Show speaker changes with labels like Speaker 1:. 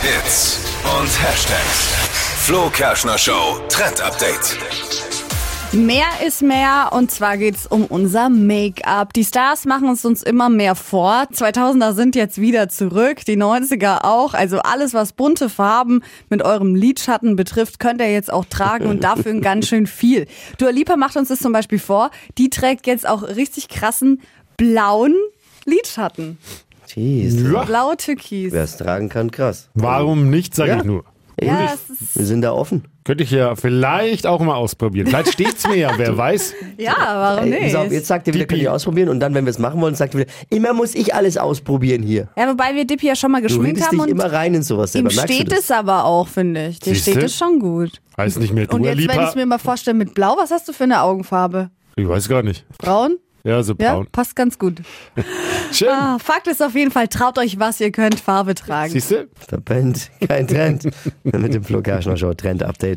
Speaker 1: Hits und Hashtags. Flo Kerschner Show Trend Update.
Speaker 2: Mehr ist mehr und zwar geht's um unser Make-up. Die Stars machen es uns immer mehr vor. 2000er sind jetzt wieder zurück, die 90er auch. Also alles, was bunte Farben mit eurem Lidschatten betrifft, könnt ihr jetzt auch tragen und dafür ganz schön viel. Dua Lipa macht uns das zum Beispiel vor. Die trägt jetzt auch richtig krassen blauen Lidschatten.
Speaker 3: Jeez,
Speaker 2: Blau-Türkis.
Speaker 3: wer es tragen kann, krass.
Speaker 4: Warum nicht, sage
Speaker 3: Ja.
Speaker 4: ich nur.
Speaker 2: Ja, es ist,
Speaker 3: Wir sind da offen.
Speaker 4: Könnte ich ja vielleicht auch mal ausprobieren. Vielleicht steht's mir ja, wer weiß.
Speaker 2: ja warum
Speaker 3: Ey, pass auf,
Speaker 2: nicht?
Speaker 3: jetzt sagt ihr wieder, könnt ihr ausprobieren und dann, wenn wir es machen wollen, sagt ihr wieder, immer muss ich alles ausprobieren hier.
Speaker 2: Ja, wobei wir Dippy ja schon mal
Speaker 3: Du
Speaker 2: geschminkt
Speaker 3: redest
Speaker 2: haben
Speaker 3: dich
Speaker 2: und
Speaker 3: immer rein in sowas
Speaker 2: Ihm
Speaker 3: selber. Merkst du
Speaker 2: steht
Speaker 3: das?
Speaker 2: es aber auch, finde ich. Dir
Speaker 4: Siehste?
Speaker 2: steht es schon gut.
Speaker 4: Heißt nicht mehr
Speaker 2: Und
Speaker 4: Dua
Speaker 2: jetzt, wenn ich
Speaker 4: Lipa.
Speaker 2: mir mal vorstelle, mit Blau, was hast du für eine Augenfarbe?
Speaker 4: Ich weiß gar nicht.
Speaker 2: Braun?
Speaker 4: Ja, so
Speaker 2: Ja,
Speaker 4: braun.
Speaker 2: passt ganz gut.
Speaker 4: Schön.
Speaker 2: Ah, Fakt ist auf jeden Fall, traut euch was, ihr könnt Farbe tragen.
Speaker 4: Siehst du?
Speaker 3: Verpennt, kein Trend. mit dem Flo Kerschner Show Trend Update.